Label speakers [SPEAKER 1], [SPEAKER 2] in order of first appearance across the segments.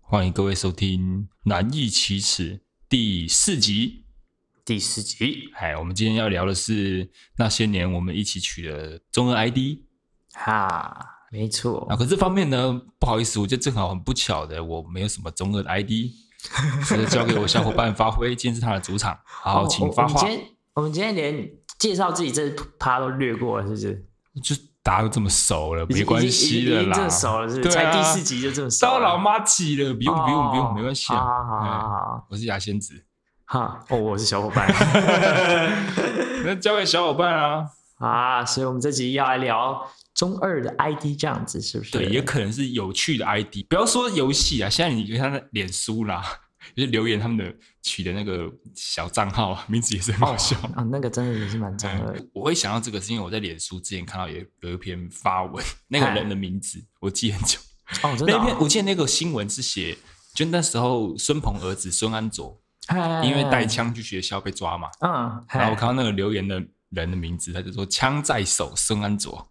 [SPEAKER 1] 欢迎各位收听《难易启齿》第四集。
[SPEAKER 2] 第十集，
[SPEAKER 1] 哎，我们今天要聊的是那些年我们一起取的中文 ID
[SPEAKER 2] 哈，没错
[SPEAKER 1] 啊。，可这方面呢，不好意思，我觉得正好很不巧的，我没有什么中文 ID，所 以交给我小伙伴发挥，今天是他的主场。好，
[SPEAKER 2] 哦
[SPEAKER 1] 请
[SPEAKER 2] 我
[SPEAKER 1] 发
[SPEAKER 2] 我们
[SPEAKER 1] 话
[SPEAKER 2] 今。天我们今天连介绍自己这趴都略过了，是不是？
[SPEAKER 1] 就大家都这么熟了，
[SPEAKER 2] 已经
[SPEAKER 1] 没关系
[SPEAKER 2] 已
[SPEAKER 1] 的
[SPEAKER 2] 经已经
[SPEAKER 1] 啦。
[SPEAKER 2] 这么熟了，是不是？
[SPEAKER 1] 对啊
[SPEAKER 2] 才第四集就这么熟了，
[SPEAKER 1] 骚扰妈起了，不用不用不
[SPEAKER 2] 哦
[SPEAKER 1] 用，没关系
[SPEAKER 2] 好
[SPEAKER 1] 啊。
[SPEAKER 2] 好好好好，
[SPEAKER 1] 我是牙仙子，
[SPEAKER 2] 哈，哦，我是小 伙伴
[SPEAKER 1] 那交给小伙伴啊。
[SPEAKER 2] 啊，所以我们这集要来聊中二的 ID 这样子，是不是？
[SPEAKER 1] 对，也可能是有趣的 ID，不要说游戏啊，现在你看那脸书啦， 就是留言他们的取的那个小账号啊， 名字也是很好 笑。
[SPEAKER 2] 啊，那个真的也是蛮中二的。
[SPEAKER 1] 我会想到这个，是因为我在脸书之前看到有有一篇发文， 那个人的名字我记很久。
[SPEAKER 2] 哦，真的
[SPEAKER 1] 哎那
[SPEAKER 2] 哦、
[SPEAKER 1] 篇我记得那个新闻是写，就那时候孙鹏儿子孙安卓
[SPEAKER 2] 嗨
[SPEAKER 1] 因为带，枪去学校被抓嘛，
[SPEAKER 2] 哎嗯，
[SPEAKER 1] 然后我
[SPEAKER 2] 嗨
[SPEAKER 1] 看到那个留言的人的名字，他就说“枪在手，孙安卓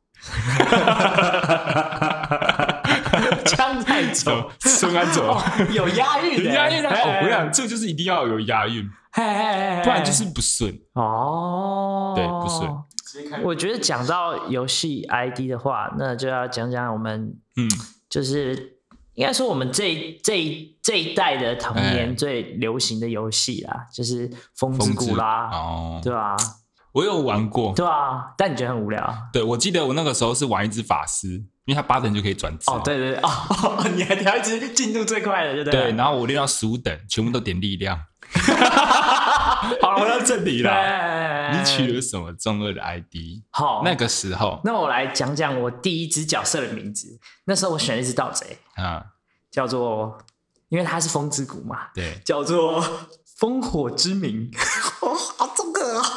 [SPEAKER 2] 枪在”，走
[SPEAKER 1] 哦，孙安卓。
[SPEAKER 2] 有押韵
[SPEAKER 1] 人
[SPEAKER 2] 的，
[SPEAKER 1] 家
[SPEAKER 2] 哎
[SPEAKER 1] 因为他 哦，我跟你
[SPEAKER 2] 嘿
[SPEAKER 1] 讲，这个就是一定要有押韵，
[SPEAKER 2] 嘿嘿嘿
[SPEAKER 1] 不然就是不顺。
[SPEAKER 2] 哦，
[SPEAKER 1] 对不是
[SPEAKER 2] 我觉得讲到游戏 ID 的话，那就要讲讲我们
[SPEAKER 1] 嗯，
[SPEAKER 2] 就是应该说我们这一这一这一代的童
[SPEAKER 1] 哎
[SPEAKER 2] 年最流行的游戏啦，就是《风之
[SPEAKER 1] 风
[SPEAKER 2] 谷》啦，
[SPEAKER 1] 哦，
[SPEAKER 2] 对啊，
[SPEAKER 1] 我有玩过。
[SPEAKER 2] 对啊，但你觉得很无聊？
[SPEAKER 1] 对，我记得我那个时候是玩一只法师，因为他八等就可以转职。
[SPEAKER 2] 哦，对对对，哦，哦 你还调一只进度最快的，对不
[SPEAKER 1] 对，
[SPEAKER 2] 对？
[SPEAKER 1] 然后我练到十五等，全部都点力 量。好了，回到正题啦。
[SPEAKER 2] 哎
[SPEAKER 1] 你取了什么中二的 ID？
[SPEAKER 2] 好
[SPEAKER 1] 那个时候
[SPEAKER 2] 那我来讲讲我第一只角色的名字。那时候我选了一只盗贼，
[SPEAKER 1] 啊，
[SPEAKER 2] 叫做，因为它是风之谷嘛，
[SPEAKER 1] 对，
[SPEAKER 2] 叫做《烽火 之名》。哦，好中二啊！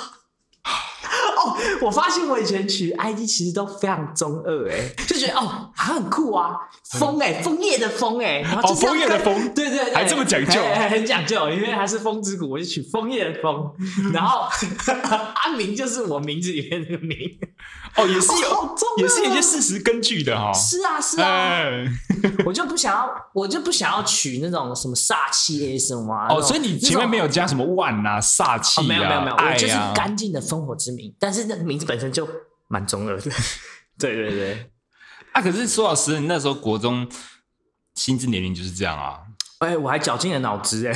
[SPEAKER 2] 哦，我发现我以前取 ID 其实都非常中二 哎、就觉得哦，还很酷啊，枫哎、枫叶的枫哎、然后就是要
[SPEAKER 1] 嗯哦枫叶的
[SPEAKER 2] 跟
[SPEAKER 1] 枫
[SPEAKER 2] 对对对，
[SPEAKER 1] 还这么讲究
[SPEAKER 2] 哎哎很讲究，因为它是风之谷，我就取枫叶的 枫，然后 阿明就是我名字里面那个名，
[SPEAKER 1] 哦，也是有，
[SPEAKER 2] 好中二啊
[SPEAKER 1] 也是有一些事实根据的哈。
[SPEAKER 2] 是啊是啊，
[SPEAKER 1] 哎，
[SPEAKER 2] 我就不想要，我就不想要取那种什么煞气 A 什么啊、那
[SPEAKER 1] 哦，
[SPEAKER 2] 种
[SPEAKER 1] 所以你前面没有加什么万啊、煞气
[SPEAKER 2] 哦，
[SPEAKER 1] 啊、
[SPEAKER 2] 没有没有没有，
[SPEAKER 1] 爱
[SPEAKER 2] 我就是
[SPEAKER 1] 啊
[SPEAKER 2] 干净的烽火之名，但是那名字本身就蛮中二的。 对对对，
[SPEAKER 1] 啊。可是说老实，你那时候国中心智年龄就是这样啊。
[SPEAKER 2] 哎、我还绞尽了脑汁哎、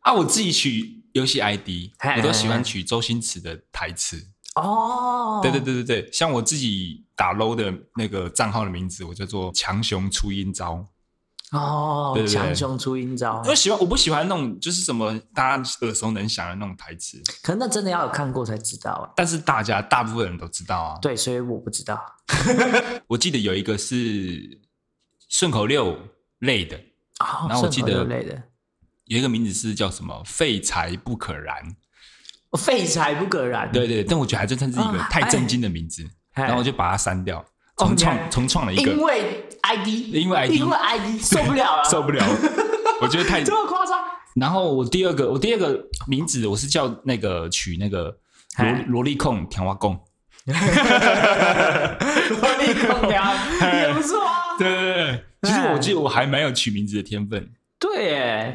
[SPEAKER 1] 啊，我自己取游戏 ID，
[SPEAKER 2] 嘿
[SPEAKER 1] 我都喜欢取周星驰的台词。
[SPEAKER 2] 哦，
[SPEAKER 1] 对对，对对对，像我自己打 low 的那个账号的名字，我叫做强雄出阴招。
[SPEAKER 2] 哦
[SPEAKER 1] 对，对对
[SPEAKER 2] 强雄出阴招
[SPEAKER 1] 因，为喜欢，我不喜欢那种就是什么大家耳熟能详的那种台词，
[SPEAKER 2] 可能那真的要有看过才知道啊。
[SPEAKER 1] 但是大家大部分人都知道啊。
[SPEAKER 2] 对，所以我不知道。
[SPEAKER 1] 我记得有一个是顺口溜类的，
[SPEAKER 2] 哦，
[SPEAKER 1] 然后我记得
[SPEAKER 2] 顺口溜类的，
[SPEAKER 1] 有一个名字是叫什么“废柴不可燃
[SPEAKER 2] 我哦废柴不可”，燃。
[SPEAKER 1] 对对，但我觉得还真算是一个
[SPEAKER 2] 啊
[SPEAKER 1] 太震惊的名字，
[SPEAKER 2] 哎哦
[SPEAKER 1] 然后我就把它删掉，重
[SPEAKER 2] 你
[SPEAKER 1] 创
[SPEAKER 2] 还
[SPEAKER 1] 重创了一
[SPEAKER 2] 因
[SPEAKER 1] 个，
[SPEAKER 2] 为 ID，
[SPEAKER 1] 因为 ID
[SPEAKER 2] 因为 ID 受不了 了，
[SPEAKER 1] 受不了，我觉得 太
[SPEAKER 2] 这。么夸张？
[SPEAKER 1] 然后我第二个，我第二个名字我是叫那个取那个萝
[SPEAKER 2] 哎
[SPEAKER 1] 萝莉控甜蛙公，
[SPEAKER 2] 我立空 调也不错啊。
[SPEAKER 1] 对对对，其实
[SPEAKER 2] 哎
[SPEAKER 1] 我记得我还蛮有取名字的天分
[SPEAKER 2] 对
[SPEAKER 1] 对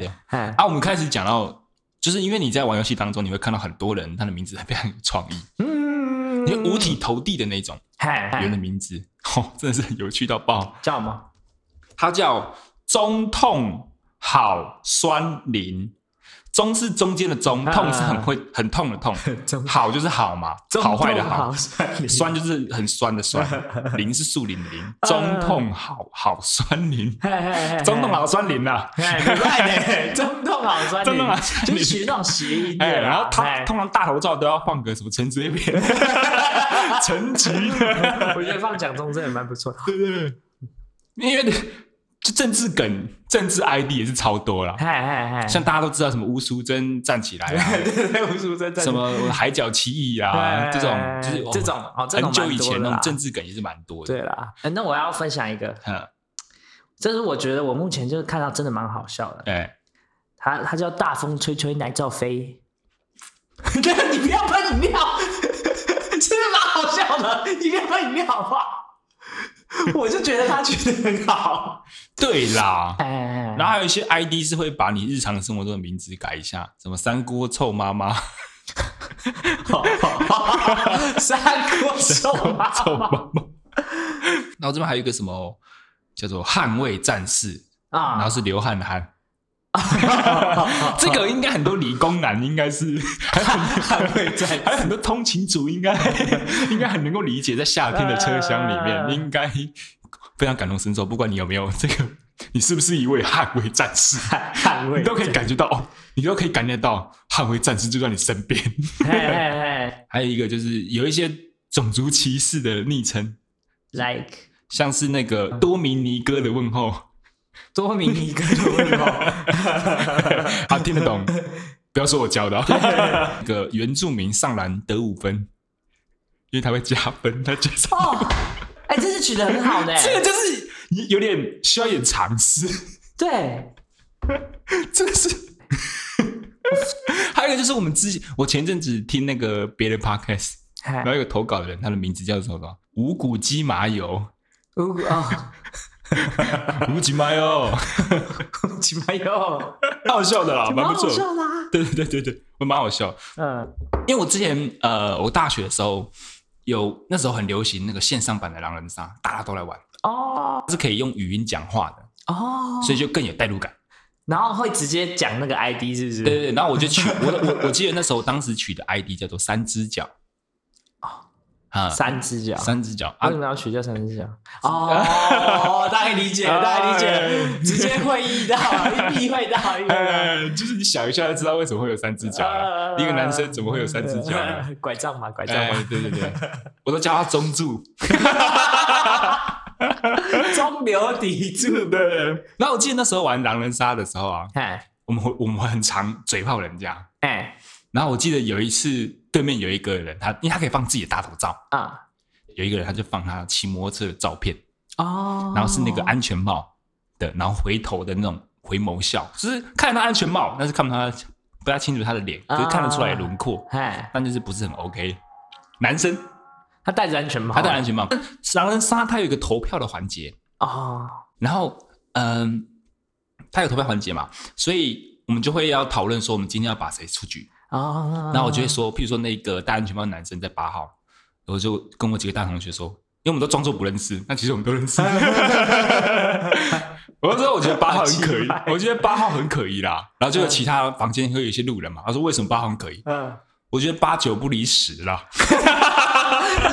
[SPEAKER 2] 耶，哎，
[SPEAKER 1] 啊。我们开始讲到，就是因为你在玩游戏当中，你会看到很多人他的名字非常有创意，
[SPEAKER 2] 嗯，
[SPEAKER 1] 你会五体投地的那种
[SPEAKER 2] 嗨，
[SPEAKER 1] 人的
[SPEAKER 2] 嗨
[SPEAKER 1] 名字， 哦，真的是有趣到爆。
[SPEAKER 2] 叫 吗？
[SPEAKER 1] 它叫中痛好酸林。中是中间的中，
[SPEAKER 2] 啊
[SPEAKER 1] 痛是很会很痛的 痛，
[SPEAKER 2] 中
[SPEAKER 1] 好就是好嘛，好坏的好，
[SPEAKER 2] 酸
[SPEAKER 1] 酸就是很酸的 酸，林是树林的林，
[SPEAKER 2] 啊
[SPEAKER 1] 中痛好好酸林，中痛
[SPEAKER 2] 好，
[SPEAKER 1] 好酸林啦，
[SPEAKER 2] 哎，明白 呢，中洞好酸，
[SPEAKER 1] 中洞好酸
[SPEAKER 2] 就是取那种谐音的
[SPEAKER 1] 哎，
[SPEAKER 2] 啦，
[SPEAKER 1] 然后他
[SPEAKER 2] 哎
[SPEAKER 1] 通常大头照都要放个什么陈水扁、 陈吉，
[SPEAKER 2] 我觉得放蒋中正也蛮不 错的，
[SPEAKER 1] 对对对，因为就政治梗、政治 ID 也是超多啦，
[SPEAKER 2] 嗨嗨嗨，
[SPEAKER 1] 像大家都知道什么吴淑珍站起来啊，
[SPEAKER 2] 对 对吴淑珍
[SPEAKER 1] 什么海角奇异啊，这种就是哦
[SPEAKER 2] 这种哦，这种
[SPEAKER 1] 很久以前那种政
[SPEAKER 2] 正
[SPEAKER 1] 治梗也是蛮多的。
[SPEAKER 2] 对啦，哎那我要分享一个，
[SPEAKER 1] 嗯，
[SPEAKER 2] 这是我觉得我目前就是看到真的蛮好笑的，
[SPEAKER 1] 哎，
[SPEAKER 2] 他他叫大风吹吹奶罩飞， 你不要 喷饮料，真的蛮好笑的，你不要喷饮料好不好？我就觉得他觉得很好。
[SPEAKER 1] 对啦，
[SPEAKER 2] 哎，
[SPEAKER 1] 然后还有一些 ID 是会把你日常生活中的名字改一下，什么三锅臭妈妈、
[SPEAKER 2] 三国手嘛，
[SPEAKER 1] 臭妈妈。然后这边还有一个什么叫做捍卫战士，然后
[SPEAKER 2] 啊，
[SPEAKER 1] 是流汗的汗。这个应该很多理工男应该是，还有
[SPEAKER 2] 捍卫战
[SPEAKER 1] 还有很多通勤族应该应该很能够理解，在夏天的车厢里面，
[SPEAKER 2] 呃
[SPEAKER 1] 应该非常感同身受。不管你有没有这个，你是不是一位捍卫战士，
[SPEAKER 2] 捍卫
[SPEAKER 1] 你都可以感觉到哦，你都可以感觉到捍卫战士就在你身边。
[SPEAKER 2] 嘿嘿嘿
[SPEAKER 1] 还有一个就是有一些种族歧视的昵称，
[SPEAKER 2] ，like
[SPEAKER 1] 像是那个多米尼哥的问候，
[SPEAKER 2] 多米尼克的 问
[SPEAKER 1] 哦
[SPEAKER 2] 候，
[SPEAKER 1] 他啊听得懂，不要说我教的哦。那个原住民上篮得五分，因为他会加分，他加上。
[SPEAKER 2] 哦，哎，这是取得很好的，
[SPEAKER 1] 这个就是有有点需要一点尝试，
[SPEAKER 2] 对，
[SPEAKER 1] 真的是。 还有一个就是我们之前，我前阵子听那个别的 podcast，
[SPEAKER 2] 哎
[SPEAKER 1] 然后有个投稿的人，他的名字叫做什么？五谷鸡麻油，
[SPEAKER 2] 如果啊，
[SPEAKER 1] 五谷鸡麻油，
[SPEAKER 2] 起码有，
[SPEAKER 1] 蛮好笑的啦，哎蛮不
[SPEAKER 2] 蛮好
[SPEAKER 1] 错的。
[SPEAKER 2] 笑的啊，
[SPEAKER 1] 对对对对对，我蛮好笑。
[SPEAKER 2] 嗯，
[SPEAKER 1] 因为我之前呃，我大学的时候有那时候很流行那个线上版的狼人杀，大家都来玩，
[SPEAKER 2] 哦
[SPEAKER 1] 是可以用语音讲话的，
[SPEAKER 2] 哦，
[SPEAKER 1] 所以就更有代入感。
[SPEAKER 2] 然后会直接讲那个 ID 是不
[SPEAKER 1] 对
[SPEAKER 2] 是？
[SPEAKER 1] 对，对然后我就取我的我我记得那时候当时取的 ID 叫做三只脚
[SPEAKER 2] 哦
[SPEAKER 1] 啊，
[SPEAKER 2] 三只脚，
[SPEAKER 1] 三只脚啊
[SPEAKER 2] 为什，么要取叫三只脚？哦，大概理解，大概 理
[SPEAKER 1] 哎
[SPEAKER 2] 解，直接会意到，意会到，意会到。
[SPEAKER 1] 呃，就是你想一下就知道为什么会有三只脚
[SPEAKER 2] 呃
[SPEAKER 1] 了，一个男生怎么会有三只脚呢？？
[SPEAKER 2] 拐杖嘛，拐杖
[SPEAKER 1] 哎，
[SPEAKER 2] 嘛，
[SPEAKER 1] 对对对，我都叫他中柱。
[SPEAKER 2] 中流砥柱。
[SPEAKER 1] 对，然后我记得那时候玩狼人杀的时候啊，
[SPEAKER 2] 哎
[SPEAKER 1] 我们会我们会很常嘴炮人家。
[SPEAKER 2] 哎
[SPEAKER 1] 然后我记得有一次对面有一个人，他因为他可以放自己的大头照，
[SPEAKER 2] 啊
[SPEAKER 1] 有一个人他就放他骑摩托车的照片，
[SPEAKER 2] 哦，
[SPEAKER 1] 然后是那个安全帽的，然后回头的那种回眸笑，就是看得到安全帽，但是看不到他不太清楚他的脸，可是看得出来轮廓，
[SPEAKER 2] 哎，
[SPEAKER 1] 但就是不是很 OK。男生
[SPEAKER 2] 他戴着安全帽，
[SPEAKER 1] 他戴安全帽，但狼人杀他有一个投票的环节，
[SPEAKER 2] 哦
[SPEAKER 1] 然后嗯，他有投票环节嘛，所以我们就会要讨论说我们今天要把谁出局。
[SPEAKER 2] 哦，
[SPEAKER 1] 那我就会说，譬如说那个戴安全帽的男生在八号，我就跟我几个大同学说，因为我们都装作不认识，但其实我们都认 识。我就说我觉得八号很可疑
[SPEAKER 2] 奇怪，
[SPEAKER 1] 我觉得八号很可疑啦。然后就有其他房间会有一些路人嘛，他说为什么八号很可疑？
[SPEAKER 2] 嗯，
[SPEAKER 1] 我觉得八九不离十啦，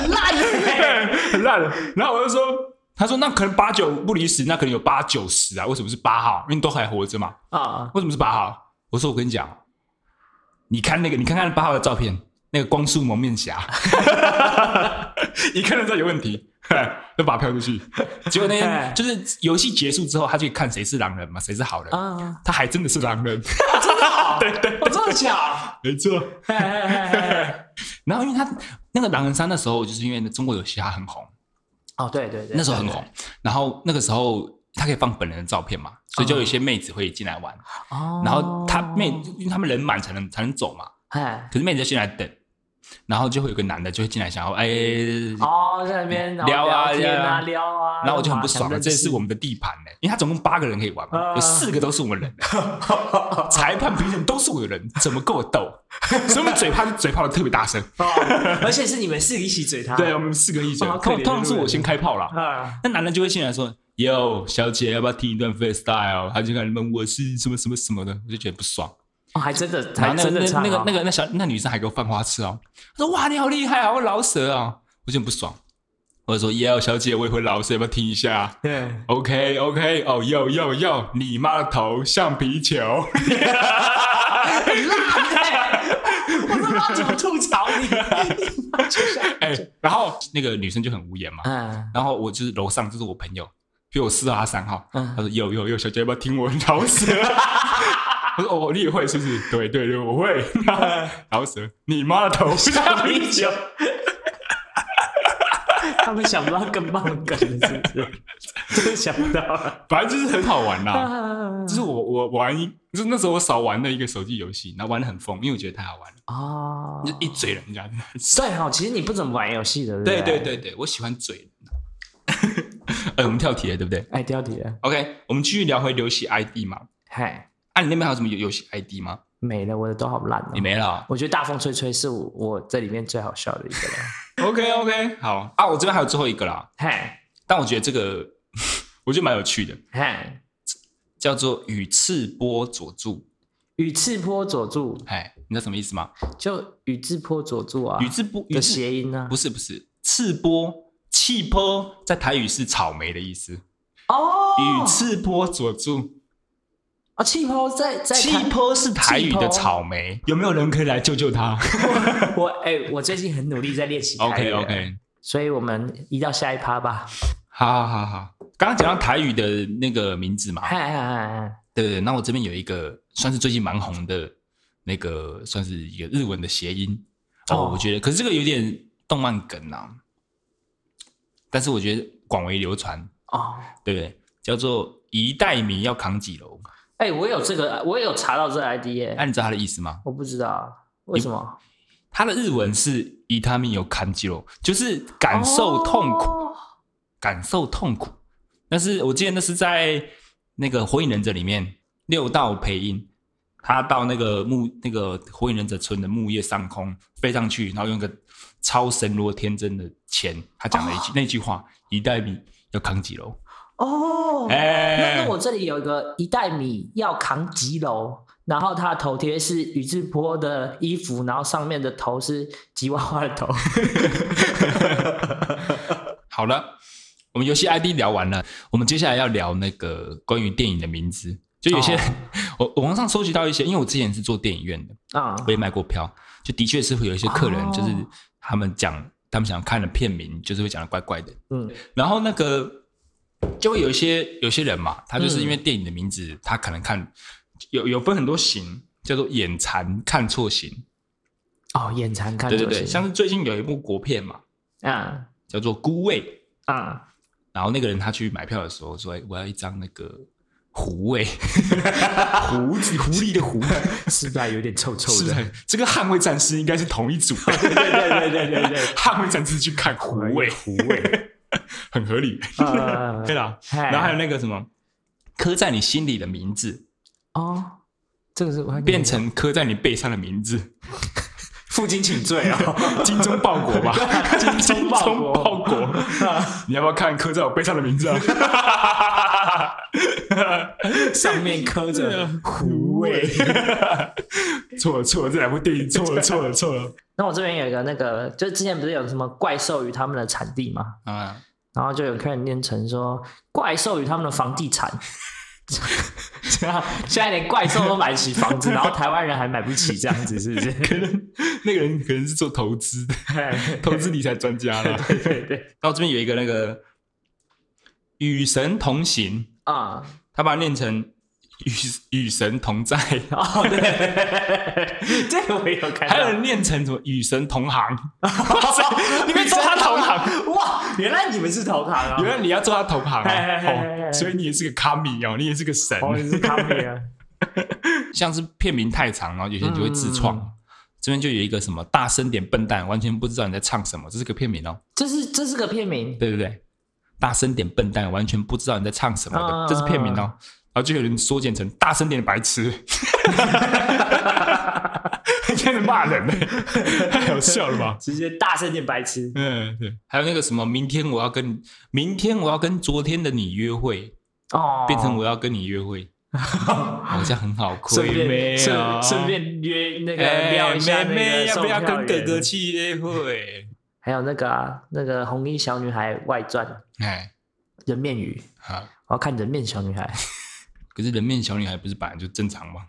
[SPEAKER 2] 烂了，
[SPEAKER 1] 很烂了。然后我就说，他说那可能八九不离十，那可能有八九十啊，为什么是八号？因为都还活着嘛，
[SPEAKER 2] 啊，
[SPEAKER 1] 为什么是八号？我说我跟你讲，你看那个，你看看八号的照片，那个光速蒙面侠， 一看就知道有问题， 就把他票出去。结果那天
[SPEAKER 2] 哎
[SPEAKER 1] 就是游戏结束之后，他去看谁是狼人嘛，谁是好人，
[SPEAKER 2] 啊，
[SPEAKER 1] 他还真的是狼人，
[SPEAKER 2] 对对，我这么巧，
[SPEAKER 1] 没错。
[SPEAKER 2] 嘿嘿嘿嘿嘿
[SPEAKER 1] 然后因为他那个狼人杀那时候，就是因为中国游戏它很红，
[SPEAKER 2] 哦，对对对，
[SPEAKER 1] 那时候很
[SPEAKER 2] 对
[SPEAKER 1] 红，然后那个时候他可以放本人的照片嘛，所以就有一些妹子会进来玩，
[SPEAKER 2] 哦，
[SPEAKER 1] 然后他妹，因为他们人满才能才能走嘛，
[SPEAKER 2] 哎，
[SPEAKER 1] 可是妹子就进来等，然后就会有个男的就会进来想要哎，
[SPEAKER 2] 哦，在那边然后
[SPEAKER 1] 撩啊
[SPEAKER 2] 天
[SPEAKER 1] 撩啊
[SPEAKER 2] 啊撩啊，
[SPEAKER 1] 然后我就很不爽了，
[SPEAKER 2] 干嘛
[SPEAKER 1] 这是我们的地盘呢、因为他总共八个人可以玩嘛，
[SPEAKER 2] 啊
[SPEAKER 1] 有四个都是我们 人，裁判评审都是我的人，怎么跟我斗？ 所以我们嘴炮嘴炮的特别大声，
[SPEAKER 2] 哦而且是你们四个一起嘴他，
[SPEAKER 1] 对我们四个一起，
[SPEAKER 2] 哇好
[SPEAKER 1] 啊通
[SPEAKER 2] 可怜
[SPEAKER 1] 通常是我先开炮啦，
[SPEAKER 2] 啊，
[SPEAKER 1] 那男的就会进来说。哟，小姐，要不要听一段 freestyle？他就开始问我是什么什么什么的，我就觉得不爽。
[SPEAKER 2] 哦，还真的，
[SPEAKER 1] 然
[SPEAKER 2] 还
[SPEAKER 1] 后那
[SPEAKER 2] 真
[SPEAKER 1] 个
[SPEAKER 2] 的啊
[SPEAKER 1] 那那个那
[SPEAKER 2] 个
[SPEAKER 1] 个那小那女生还给我犯花痴哦，她说哇你好厉害啊，我老舍啊，我就很不爽。我就说耶小姐，我也会老舍，要不要听一下
[SPEAKER 2] 对。
[SPEAKER 1] ？OK OK，哦哟哟哟，你妈的头橡皮球，
[SPEAKER 2] 我他妈怎么吐槽你？
[SPEAKER 1] 哎、然后那个女生就很无言嘛。
[SPEAKER 2] 嗯，
[SPEAKER 1] 然后我就是楼上就是我朋友，比我四号他三号，
[SPEAKER 2] 嗯
[SPEAKER 1] 他说哟哟哟小姐要不要听我老 舍？我说哦你也会是不是？对对对，我会。
[SPEAKER 2] 嗯
[SPEAKER 1] 老舍，你妈的 头橡皮球。
[SPEAKER 2] 他们想不到更棒的梗了，是不 是？真的想不到啊了。
[SPEAKER 1] 反正就是很好玩啦。
[SPEAKER 2] 啊
[SPEAKER 1] 就是我我玩一，就是那时候我少玩的一个手机游戏，然后玩的很疯，因为我觉得太好玩了，
[SPEAKER 2] 哦，啊
[SPEAKER 1] 就一嘴人家。
[SPEAKER 2] 对哈，其实你不怎么玩游戏的，啊
[SPEAKER 1] 对
[SPEAKER 2] 对
[SPEAKER 1] 对
[SPEAKER 2] 不
[SPEAKER 1] 对对，我喜欢嘴人啊。呃，我们跳题了，对不对
[SPEAKER 2] 哎，掉题了，
[SPEAKER 1] ？OK，我们继续聊回流行 ID 嘛。
[SPEAKER 2] 嗨，
[SPEAKER 1] 啊，你那边还有什么游游戏 ID 吗？
[SPEAKER 2] 没了，我的都好烂哦
[SPEAKER 1] 你。没了啊、
[SPEAKER 2] 我觉得大风吹吹是我我这里面最好笑的一个 了。
[SPEAKER 1] OK OK，好啊，我这边还有最后一个啦，
[SPEAKER 2] 嗨
[SPEAKER 1] 但我觉得这个 我觉得蛮有趣的，
[SPEAKER 2] 嗨，
[SPEAKER 1] 叫做与赤波佐助。
[SPEAKER 2] 宇智波佐助
[SPEAKER 1] 哎，你知道什么意思吗？
[SPEAKER 2] 就宇智波佐助啊，
[SPEAKER 1] 宇智波宇
[SPEAKER 2] 的
[SPEAKER 1] 智
[SPEAKER 2] 谐音呢啊
[SPEAKER 1] 不？是不是赤波气波，在台语是草莓的意思。
[SPEAKER 2] 哦，
[SPEAKER 1] 与赤波佐助，
[SPEAKER 2] 啊，气泡在在
[SPEAKER 1] 气
[SPEAKER 2] 台
[SPEAKER 1] 波是台语
[SPEAKER 2] 气
[SPEAKER 1] 的
[SPEAKER 2] 泡
[SPEAKER 1] 草莓，有没有人可以来救救他
[SPEAKER 2] 我哎、我最近很努力在练习台语
[SPEAKER 1] ？OK
[SPEAKER 2] 了
[SPEAKER 1] OK，
[SPEAKER 2] 所以我们移到下一趴吧。
[SPEAKER 1] 好好好好。刚刚讲到台语的那个名字嘛，
[SPEAKER 2] 嗨嗨嗨嗨，
[SPEAKER 1] 对对，对那我这边有一个算是最近蛮红的那个，算是一个日文的谐音哦，
[SPEAKER 2] 哦
[SPEAKER 1] 我觉得，可是这个有点动漫梗啊，但是我觉得广为流传，
[SPEAKER 2] 哦，
[SPEAKER 1] 对不对？叫做一代米要扛几楼？
[SPEAKER 2] 哎、我有这个，我也有查到这个 ID 耶、
[SPEAKER 1] 那、你知道它的意思吗？
[SPEAKER 2] 我不知道为什么
[SPEAKER 1] 它的日文是伊他命有扛几楼，就是感受痛苦，
[SPEAKER 2] 哦
[SPEAKER 1] 感受痛苦。但是我记得那是在那个《火影忍者》里面，六道配音，他到那个木那个火影忍者村的木叶上空飞上去，然后用一个超神罗天真的钱，他讲了一句、那句话：“一代米要扛几楼。
[SPEAKER 2] 哦。那
[SPEAKER 1] 哎
[SPEAKER 2] 那我这里有一个一袋米要扛几楼，然后它的头贴是宇智波的衣服，然后上面的头是吉娃娃的头。
[SPEAKER 1] 好了，我们游戏 ID 聊完了，我们接下来要聊那个关于电影的名字。就有些、
[SPEAKER 2] 哦
[SPEAKER 1] 我我网上搜集到一些，因为我之前是做电影院的，
[SPEAKER 2] 啊、
[SPEAKER 1] 我也卖过票，就的确是会有一些客人，
[SPEAKER 2] 哦
[SPEAKER 1] 就是他们讲他们想看的片名，就是会讲的怪怪的。
[SPEAKER 2] 嗯，
[SPEAKER 1] 然后那个就会有一些有些人嘛，他就是
[SPEAKER 2] 嗯
[SPEAKER 1] 因为电影的名字，他可能看有有分很多型，叫做眼馋看错型。
[SPEAKER 2] 哦，眼馋看
[SPEAKER 1] 对对
[SPEAKER 2] 就
[SPEAKER 1] 对，
[SPEAKER 2] 行
[SPEAKER 1] 像是最近有一部国片嘛，
[SPEAKER 2] 啊
[SPEAKER 1] 叫做《孤味》，
[SPEAKER 2] 啊，
[SPEAKER 1] 然后那个人他去买票的时候说：“哎我要一张那个狐味， 狐狐狸的狐。”
[SPEAKER 2] 是不是有点臭臭
[SPEAKER 1] 是
[SPEAKER 2] 的？
[SPEAKER 1] 的，这个捍卫战士应该是同一组。
[SPEAKER 2] 对对对对对对。哎
[SPEAKER 1] 捍卫战士去看虎尾，虎尾 很合理，
[SPEAKER 2] 呃
[SPEAKER 1] 对啦。
[SPEAKER 2] 嘿
[SPEAKER 1] 然后还有那个什么，刻在你心里的名字
[SPEAKER 2] 哦，这个是我还
[SPEAKER 1] 变成刻在你背上的名 字，
[SPEAKER 2] 负荆请罪啊！
[SPEAKER 1] 精忠报国 吧，精
[SPEAKER 2] 忠报
[SPEAKER 1] 忠
[SPEAKER 2] 国
[SPEAKER 1] 报国。你要不要看刻在我背上的名字啊？
[SPEAKER 2] 上面刻着
[SPEAKER 1] 虎尾， 错了错了，这两部电影错了错了错了。
[SPEAKER 2] 那我这边有一个那个，就之前不是有什么怪兽与他们的产地嘛，
[SPEAKER 1] 啊，
[SPEAKER 2] 然后就有客人念成说怪兽与他们的房地产。 现在连怪兽都买得起 房子，然后台湾人还买不起，这样子是不是？
[SPEAKER 1] 可能 那个人可能是做投资的， 投资理财专家了。
[SPEAKER 2] 对对对，
[SPEAKER 1] 然后这边有一个那个与神同行，
[SPEAKER 2] 啊、
[SPEAKER 1] 他把它念成与与神同在，
[SPEAKER 2] 哦对， 这个我也有看到。
[SPEAKER 1] 还有人念成什么与神同行， 哇塞你们做他同行。
[SPEAKER 2] 哇，原来你们是投行啊！
[SPEAKER 1] 原来你要做他同行啊、
[SPEAKER 2] 嘿嘿嘿嘿
[SPEAKER 1] 哦，所以你也是个卡米哦，你也是个神。
[SPEAKER 2] 哦，你是咖啡啊！
[SPEAKER 1] 像是片名太长，然哦后有些人就会自创。
[SPEAKER 2] 嗯
[SPEAKER 1] 这边就有一个什么大声点笨蛋，完全不知道你在唱什么，这是个片名哦，
[SPEAKER 2] 这是这是个片名，
[SPEAKER 1] 对不对？大声点笨蛋，完全不知道你在唱什么的，
[SPEAKER 2] 嗯
[SPEAKER 1] 这是片名哦。然后就有人缩减成大声点的白痴， 开始骂人了，太好笑了吧？
[SPEAKER 2] 直接大声点白痴。
[SPEAKER 1] 嗯，对。还有那个什么，明天我要跟明天我要跟昨天的你约会，
[SPEAKER 2] 哦，
[SPEAKER 1] 变成我要跟你约会，好像很好亏
[SPEAKER 2] 啊顺
[SPEAKER 1] 妹
[SPEAKER 2] 便
[SPEAKER 1] 啊
[SPEAKER 2] 顺顺便约那个
[SPEAKER 1] 哎
[SPEAKER 2] 撩一下
[SPEAKER 1] 妹
[SPEAKER 2] 那
[SPEAKER 1] 妹
[SPEAKER 2] 个
[SPEAKER 1] 要
[SPEAKER 2] 售
[SPEAKER 1] 不要
[SPEAKER 2] 票
[SPEAKER 1] 跟哥哥
[SPEAKER 2] 员，
[SPEAKER 1] 去约会？
[SPEAKER 2] 还有那个啊，那个《红衣小女孩外传》
[SPEAKER 1] 哎，
[SPEAKER 2] 人面鱼，
[SPEAKER 1] 好。
[SPEAKER 2] 我要看人面小女孩，
[SPEAKER 1] 可是人面小女孩不是本来就正常吗？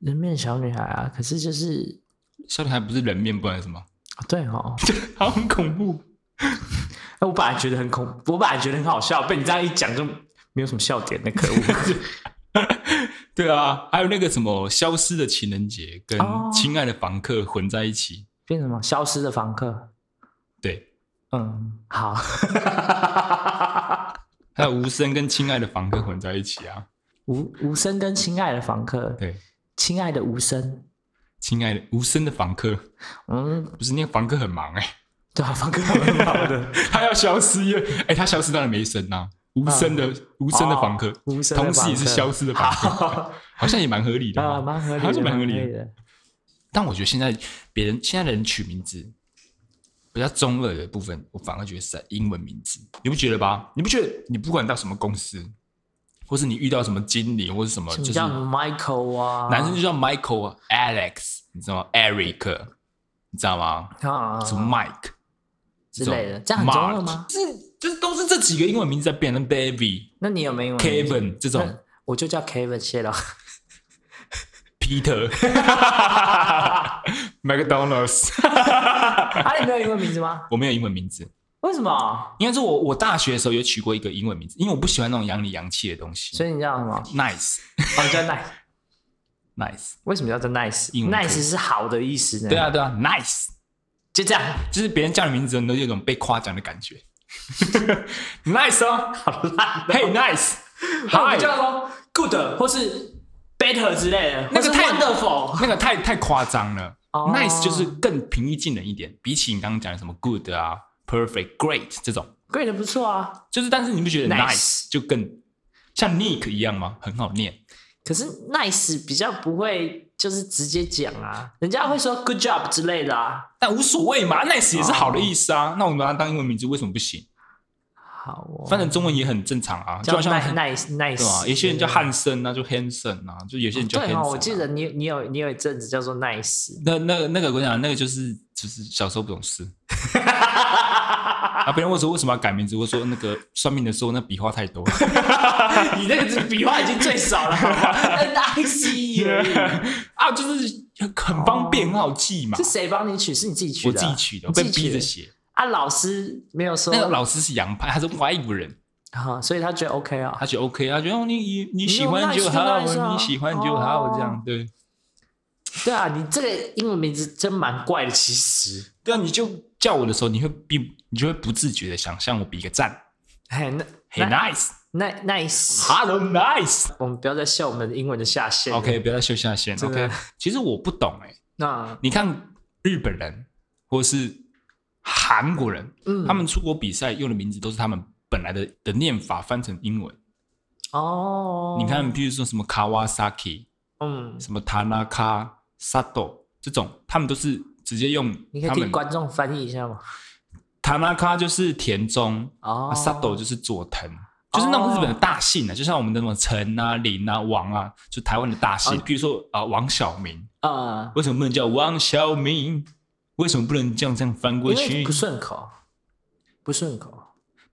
[SPEAKER 2] 人面小女孩啊，可是就是
[SPEAKER 1] 小女孩不是人面，不然什 么？
[SPEAKER 2] 啊对哦，
[SPEAKER 1] 好很恐怖。
[SPEAKER 2] 哎我本来觉得很恐，我本来觉得很好笑，被你这样一讲就没有什么笑点的，可恶。
[SPEAKER 1] 对啊，还有那个什么《消失的情人节》跟
[SPEAKER 2] 哦
[SPEAKER 1] 《亲爱的房客》混在一起。
[SPEAKER 2] 变成什么？消失的房客。
[SPEAKER 1] 对，
[SPEAKER 2] 嗯，好，
[SPEAKER 1] 还有无声跟《亲爱的房客》混在一起啊。
[SPEAKER 2] 无无声跟亲爱的房客，
[SPEAKER 1] 对，《
[SPEAKER 2] 亲爱的无声，
[SPEAKER 1] 亲爱的无声的房客》
[SPEAKER 2] 嗯，
[SPEAKER 1] 不是那个房客很忙哎、
[SPEAKER 2] 对啊，方格很好 的，
[SPEAKER 1] 他要消失，因为哎、他消失当然没声呐、无声的、无声的访客，
[SPEAKER 2] 嗯哦无声的
[SPEAKER 1] 同时也是消失的访客，
[SPEAKER 2] 访 客
[SPEAKER 1] 好像也蛮合理的
[SPEAKER 2] 啊，
[SPEAKER 1] 嘛。
[SPEAKER 2] 蛮合理
[SPEAKER 1] 好
[SPEAKER 2] 的，
[SPEAKER 1] 像蛮合理的哦
[SPEAKER 2] 理的。
[SPEAKER 1] 但我觉得现在别人现在的人取名字比较中二的部分，我反而觉得是在英文名字，你不觉得吧？你不觉得？你不管到什么公司，或是你遇到什么经理或是什么，
[SPEAKER 2] 什
[SPEAKER 1] 就
[SPEAKER 2] 么
[SPEAKER 1] 是
[SPEAKER 2] 叫 Michael 啊？
[SPEAKER 1] 男生就叫 Michael 啊、Alex，你知道吗？Eric，你知道吗？
[SPEAKER 2] 啊
[SPEAKER 1] 什么 Mike
[SPEAKER 2] 之类的，这
[SPEAKER 1] 种
[SPEAKER 2] 样很中二
[SPEAKER 1] Mark
[SPEAKER 2] 吗？
[SPEAKER 1] 是，就是都是这几个英文名字在变成 David、
[SPEAKER 2] 那你有没有
[SPEAKER 1] Kevin 这种
[SPEAKER 2] 那我就叫 Kevin 谢了。
[SPEAKER 1] Peter、McDonald's。
[SPEAKER 2] 啊，你没有英文名字吗？
[SPEAKER 1] 我没有英文名字，
[SPEAKER 2] 为什么？
[SPEAKER 1] 应该是我我大学的时候有取过一个英文名字，因为我不喜欢那种洋里洋气的东西。
[SPEAKER 2] 所以你叫什么？
[SPEAKER 1] nice
[SPEAKER 2] 哦，叫 Nice。
[SPEAKER 1] nice，
[SPEAKER 2] 为什么叫做
[SPEAKER 1] 英文课
[SPEAKER 2] Nice？Nice 是好的意思呢？
[SPEAKER 1] 对，啊对啊，nice
[SPEAKER 2] 就这样，
[SPEAKER 1] 就是别人叫你名字的时候，你都有一种被夸奖的感觉。nice 哦
[SPEAKER 2] 好烂。
[SPEAKER 1] ，Hey nice，
[SPEAKER 2] 那我们
[SPEAKER 1] Hi
[SPEAKER 2] 叫什么 Good 或是 Better 之类的，
[SPEAKER 1] 那
[SPEAKER 2] 或
[SPEAKER 1] 个
[SPEAKER 2] 是
[SPEAKER 1] 太
[SPEAKER 2] Wonderful。
[SPEAKER 1] 那个太太夸张了、
[SPEAKER 2] 哦
[SPEAKER 1] n i c e 就是更平易近人一点，比起你刚刚讲的什么 good 啊、perfect、great 这种，
[SPEAKER 2] Great 不错啊，
[SPEAKER 1] 就是但是你不觉得
[SPEAKER 2] Nice
[SPEAKER 1] nice 就更像 Nick 一样吗？很好念，
[SPEAKER 2] 可是 Nice 比较不会就是直接讲啊，人家会说 Good job 之类的啊。
[SPEAKER 1] 但无所谓嘛，nice 也是好的意思啊。那我们把它当英文名字为什么不行？
[SPEAKER 2] 好哦，
[SPEAKER 1] 反正中文也很正常啊，就
[SPEAKER 2] 叫
[SPEAKER 1] 好像
[SPEAKER 2] Nice Nice
[SPEAKER 1] 对吧、
[SPEAKER 2] Nice，
[SPEAKER 1] 有些人叫汉森啊，就 Hanson 啊，就有些人叫 Hanson、
[SPEAKER 2] 对
[SPEAKER 1] 啊。
[SPEAKER 2] 哦，我记得你你有你有一阵子叫做 Nice，
[SPEAKER 1] 那那那个我跟你讲，那个就是就是小时候不懂 事。啊！别人问说为什么要改名字，我说那个算命的说那笔画太多了。
[SPEAKER 2] 你那个笔画已经最少了好吗 ，Nice 而已。
[SPEAKER 1] 啊，就是很很方便，很好记嘛
[SPEAKER 2] 哦是。谁帮你取？是你自己取
[SPEAKER 1] 我
[SPEAKER 2] 的
[SPEAKER 1] 自
[SPEAKER 2] 啊？
[SPEAKER 1] 己取的，我
[SPEAKER 2] 你自
[SPEAKER 1] 被
[SPEAKER 2] 己
[SPEAKER 1] 逼
[SPEAKER 2] 取
[SPEAKER 1] 着
[SPEAKER 2] 的。
[SPEAKER 1] 写。
[SPEAKER 2] 啊，老师没有说
[SPEAKER 1] 那个老师是洋派，他是外国人，
[SPEAKER 2] 啊，所以他觉得 OK 啊、
[SPEAKER 1] 他觉得 OK，他觉得哦你你你喜欢
[SPEAKER 2] 你有
[SPEAKER 1] 就
[SPEAKER 2] nice 就
[SPEAKER 1] 好，
[SPEAKER 2] nice 啊
[SPEAKER 1] 你喜欢就好，
[SPEAKER 2] 哦
[SPEAKER 1] 这样对。
[SPEAKER 2] 对啊，你这个英文名字真蛮怪的，其实。
[SPEAKER 1] 对啊，你就叫我的时候，你会比你就会不自觉的想向我比个赞
[SPEAKER 2] 嘿，那
[SPEAKER 1] ，Hey nice，Hello
[SPEAKER 2] 那 nice，
[SPEAKER 1] nice。
[SPEAKER 2] 我们不要再笑我们的英文的下限了。
[SPEAKER 1] OK，不要再秀下限。
[SPEAKER 2] 真的
[SPEAKER 1] OK，其实我不懂哎，
[SPEAKER 2] 那
[SPEAKER 1] 你看日本人或是韩国人，
[SPEAKER 2] 嗯
[SPEAKER 1] 他们出国比赛用的名字都是他们本来的的念法翻成英文。
[SPEAKER 2] 哦，
[SPEAKER 1] 你，看，比如说什么 Kawasaki、
[SPEAKER 2] 嗯，
[SPEAKER 1] 什么 Tanaka、Sato 这种，他们都是直接用
[SPEAKER 2] 你可以
[SPEAKER 1] 他
[SPEAKER 2] 替
[SPEAKER 1] 们
[SPEAKER 2] 观众翻译一下吗？
[SPEAKER 1] Tanaka 就是田中、
[SPEAKER 2] 哦
[SPEAKER 1] 啊、，Sato 就是佐藤，就是那种
[SPEAKER 2] 哦
[SPEAKER 1] 日本的大姓啊，就像我们的什么陈啊、林啊、王啊，就台湾的大姓。
[SPEAKER 2] 哦
[SPEAKER 1] 比如说啊、呃王小明，
[SPEAKER 2] 啊，
[SPEAKER 1] 为什么不能叫王小明？为什么不能这样这样翻过
[SPEAKER 2] 因为
[SPEAKER 1] 去
[SPEAKER 2] 不顺口，不顺口。